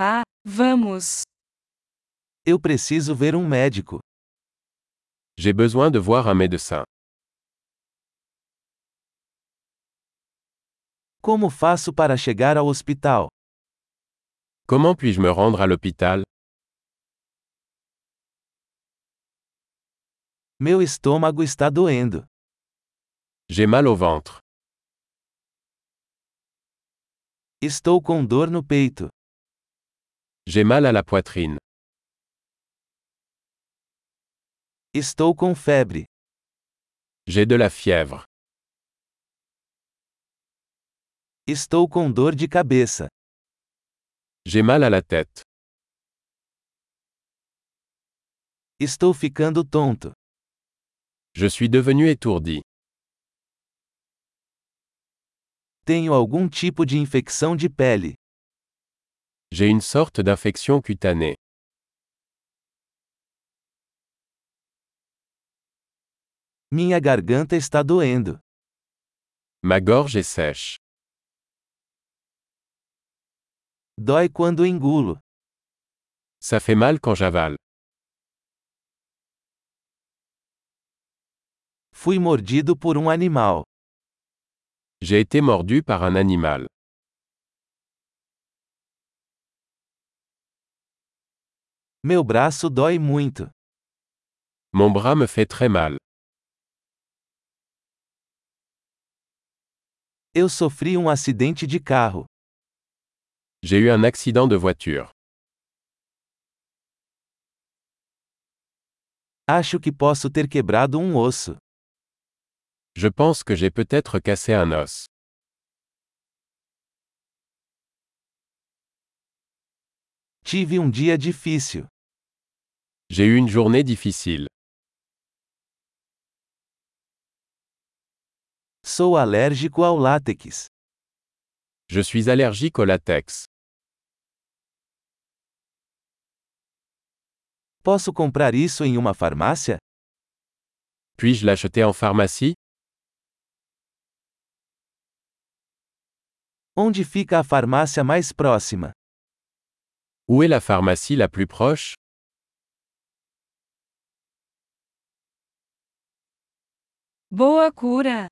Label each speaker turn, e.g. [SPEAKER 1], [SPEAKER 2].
[SPEAKER 1] Ah, vamos.
[SPEAKER 2] Eu preciso ver um médico.
[SPEAKER 3] J'ai besoin de voir un médecin.
[SPEAKER 2] Como faço para chegar ao hospital?
[SPEAKER 3] Comment puis-je me rendre à l'hôpital
[SPEAKER 2] Meu estômago está doendo.
[SPEAKER 3] J'ai mal au ventre.
[SPEAKER 2] Estou com dor no peito.
[SPEAKER 3] J'ai mal à la poitrine.
[SPEAKER 2] Estou com febre.
[SPEAKER 3] J'ai de la fièvre.
[SPEAKER 2] Estou com dor de cabeça.
[SPEAKER 3] J'ai mal à la tête.
[SPEAKER 2] Estou ficando tonto.
[SPEAKER 3] Je suis devenu étourdi.
[SPEAKER 2] Tenho algum tipo de infecção de pele.
[SPEAKER 3] J'ai une sorte d'infection cutanée.
[SPEAKER 2] Minha garganta está doendo.
[SPEAKER 3] Ma gorge est sèche.
[SPEAKER 2] Dói quando engulo.
[SPEAKER 3] Ça fait mal quand j'avale.
[SPEAKER 2] Fui mordido por um animal.
[SPEAKER 3] J'ai été mordu par un animal.
[SPEAKER 2] Meu braço dói muito.
[SPEAKER 3] Mon bras me fait très mal.
[SPEAKER 2] Eu sofri um acidente de carro.
[SPEAKER 3] J'ai eu un accident de voiture.
[SPEAKER 2] Acho que posso ter quebrado um osso.
[SPEAKER 3] Je pense que j'ai peut-être cassé un os.
[SPEAKER 2] Tive um dia difícil.
[SPEAKER 3] J'ai eu une journée difficile.
[SPEAKER 2] Sou alérgico ao látex.
[SPEAKER 3] Je suis allergique au latex.
[SPEAKER 2] Posso comprar isso em uma farmácia?
[SPEAKER 3] Puis-je l'acheter en pharmacie
[SPEAKER 2] Onde fica a farmácia mais próxima?
[SPEAKER 3] Où est la pharmacie la plus proche
[SPEAKER 1] Boa cura!